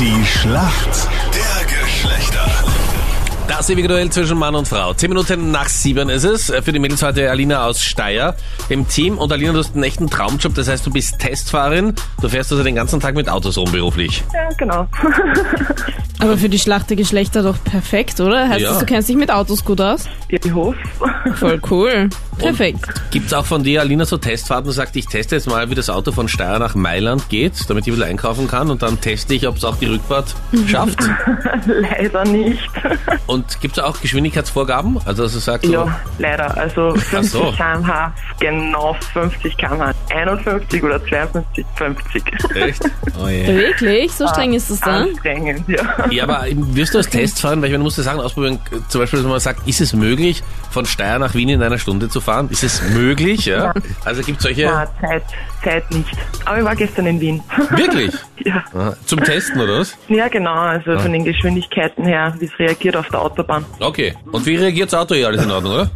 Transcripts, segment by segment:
Die Schlacht der Geschlechter. Das ewige Duell zwischen Mann und Frau. Zehn Minuten nach sieben ist es. Für die Mädels heute Alina aus Steyr im Team. Und Alina, du hast einen echten Traumjob. Das heißt, du bist Testfahrerin. Du fährst also den ganzen Tag mit Autos rum beruflich. Ja, genau. Aber für die Schlacht der Geschlechter doch perfekt, oder? Heißt Ja. das, du kennst dich mit Autos gut aus? Ja, ich hoffe. Voll cool. Perfekt. Gibt's auch von dir, Alina, so Testfahrten, sagt, ich teste jetzt mal, wie das Auto von Steyr nach Mailand geht, damit ich wieder einkaufen kann. Und dann teste ich, ob es auch die Rückfahrt schafft. Leider nicht. Und gibt's auch Geschwindigkeitsvorgaben? Also, dass du sagst, so, Ja, leider. Also 50 so. km/h, genau 50 km/h. 51 oder 52, 50. echt? Oh yeah. Wirklich? So streng ist es dann? Anstrengend, ja. Ja, aber wirst du als Test fahren, weil ich meine, du musst ja Sachen ausprobieren, zum Beispiel, wenn man sagt, ist es möglich, von Steyr nach Wien in einer Stunde zu fahren? Ist es möglich? Ja. Also gibt solche. Na, Ah, Zeit, Zeit nicht. Aber ich war gestern in Wien. Wirklich? ja. Aha. Zum Testen, oder was? ja, genau. Also von den Geschwindigkeiten her, wie es reagiert auf der Autobahn. Okay. Und wie reagiert das Auto hier? Alles in Ordnung, oder?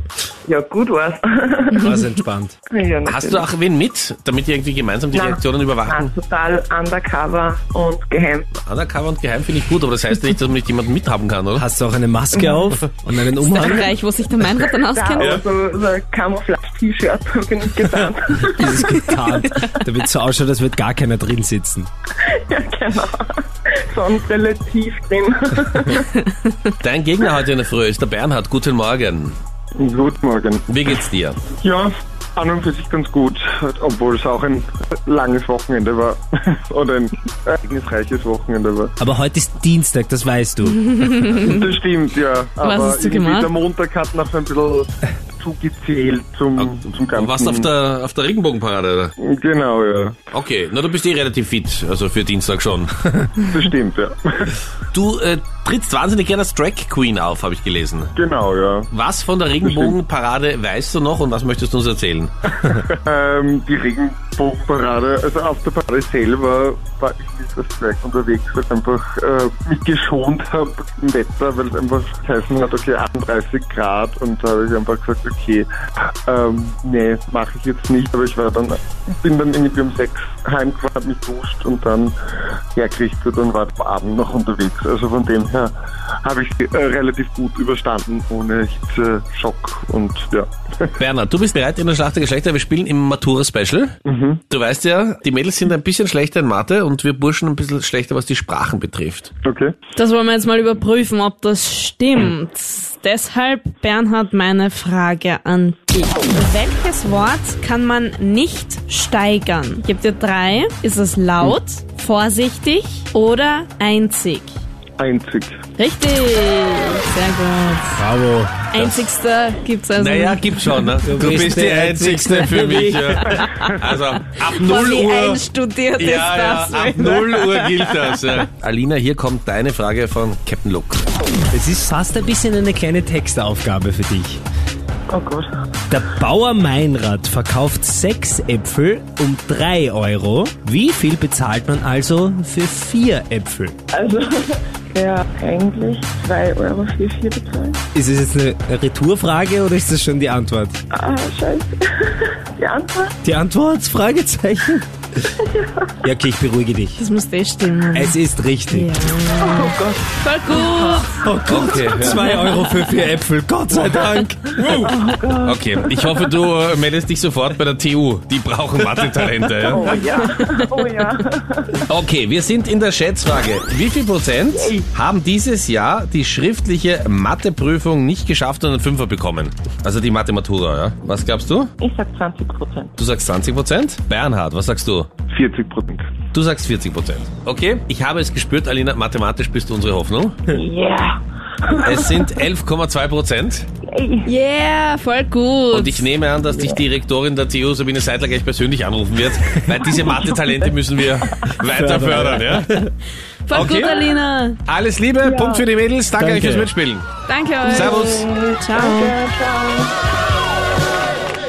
Ja, gut war's. War's Also entspannt. ja, Hast du auch wen mit, damit ihr irgendwie gemeinsam die Nein. Reaktionen Nein, überwachen? Ah, total undercover und geheim. Undercover und geheim finde ich gut, aber das heißt nicht, dass man nicht jemanden mithaben kann, oder? Hast du auch eine Maske auf und einen Ist der Umhang? Bereich, wo sich der Meinrad dann Da, auskennt? aber so, Also, so ein Camouflage-T-Shirt bin ich getan. Das ist getarnt. Damit es so ausschaut, als wird gar keiner drin sitzen. ja, genau. Sonnenbrille tief drin. Dein Gegner heute in der Früh ist der Bernhard. Guten Morgen. Guten Morgen. Wie geht's dir? Ja, an und für sich ganz gut, obwohl es auch ein langes Wochenende war oder ein ereignisreiches Wochenende war. Aber heute ist Dienstag, das weißt du. Das stimmt, ja. Aber hast du irgendwie gemacht? der Montag hat noch so ein bisschen zugezählt zum, zum Du Ganzen. warst auf der, auf der Regenbogenparade, oder? Genau, ja. Okay, na, du bist eh relativ fit, also für Dienstag schon. Das stimmt, ja. Du äh, trittst wahnsinnig gerne als Drag Queen auf, habe ich gelesen. Genau, ja. Was von der Regenbogenparade weißt du noch und was möchtest du uns erzählen? Ähm, die Regenbogenparade, also auf der Parade selber war ich nicht als Drag unterwegs, weil ich einfach äh, mich geschont habe im Wetter, weil es einfach geheißen hat, okay, 38 Grad und da habe ich einfach gesagt, okay, ähm, nee, mache ich jetzt nicht, aber ich war dann, bin dann irgendwie um sechs heimgefahren, habe mich duscht und dann hergerichtet und war am Abend noch unterwegs. Also von dem her habe ich äh, relativ gut überstanden, ohne Hitze, Schock und ja. Bernhard, du bist bereit in der Schlacht der Geschlechter. Wir spielen im Matura-Special. Du weißt ja, die Mädels sind ein bisschen schlechter in Mathe und wir Burschen ein bisschen schlechter, was die Sprachen betrifft. Okay. Das wollen wir jetzt mal überprüfen, ob das stimmt. Deshalb, Bernhard, meine Frage an dich. Welches Wort kann man nicht steigern? Ich gebe dir drei. Ist es laut, vorsichtig oder einzig? Einzig. Richtig, sehr gut. Bravo. Einzigster gibt's also. Naja, gibt schon. Ne? Du, bist, die Einzigste für mich. Ja. Also ab 0 Wie Uhr. einstudiert Ja, ja, ist das? ab 0 Uhr gilt das. Ja. Alina, hier kommt deine Frage von Captain Luke. Es ist fast ein bisschen eine kleine Textaufgabe für dich. Oh Gott. Der Bauer Meinrad verkauft sechs Äpfel um drei Euro. Wie viel bezahlt man also für vier Äpfel? Also, ja, eigentlich 2,44 Euro bezahlen. Ist es jetzt eine Retourfrage oder ist das schon die Antwort? Ah, scheiße. Die Antwort? Die Antwort? Fragezeichen? Ja, okay, ich beruhige dich. Das muss eh stimmen. Es ist richtig. Oh Voll gut. Oh Gott, Okay, ja. zwei Euro für vier Äpfel, Gott sei Dank. Okay, ich hoffe, du äh, meldest dich sofort bei der TU. Die brauchen Mathe-Talente. Ja? Oh ja. Oh ja. Okay, wir sind in der Schätzfrage. Wie viel Prozent haben dieses Jahr die schriftliche Matheprüfung nicht geschafft und einen Fünfer bekommen? Also die Mathematura, ja? Was glaubst du? Ich sag 20 Prozent. Du sagst 20 Prozent? Bernhard, was sagst du? 40 Prozent. Du sagst 40 Prozent. Okay, ich habe es gespürt, Alina, mathematisch bist du unsere Hoffnung. Yeah. Es sind 11,2 Prozent Yeah, voll gut. und ich nehme an, dass dich die Rektorin der TU, Sabine Seidler, gleich persönlich anrufen wird, weil diese Mathe-Talente müssen wir weiter fördern, ja? voll Okay. gut, Alina. Alles Liebe, Punkt für die Mädels, danke, Danke. euch fürs Mitspielen. Danke euch. Servus. Ciao. Ja, ciao.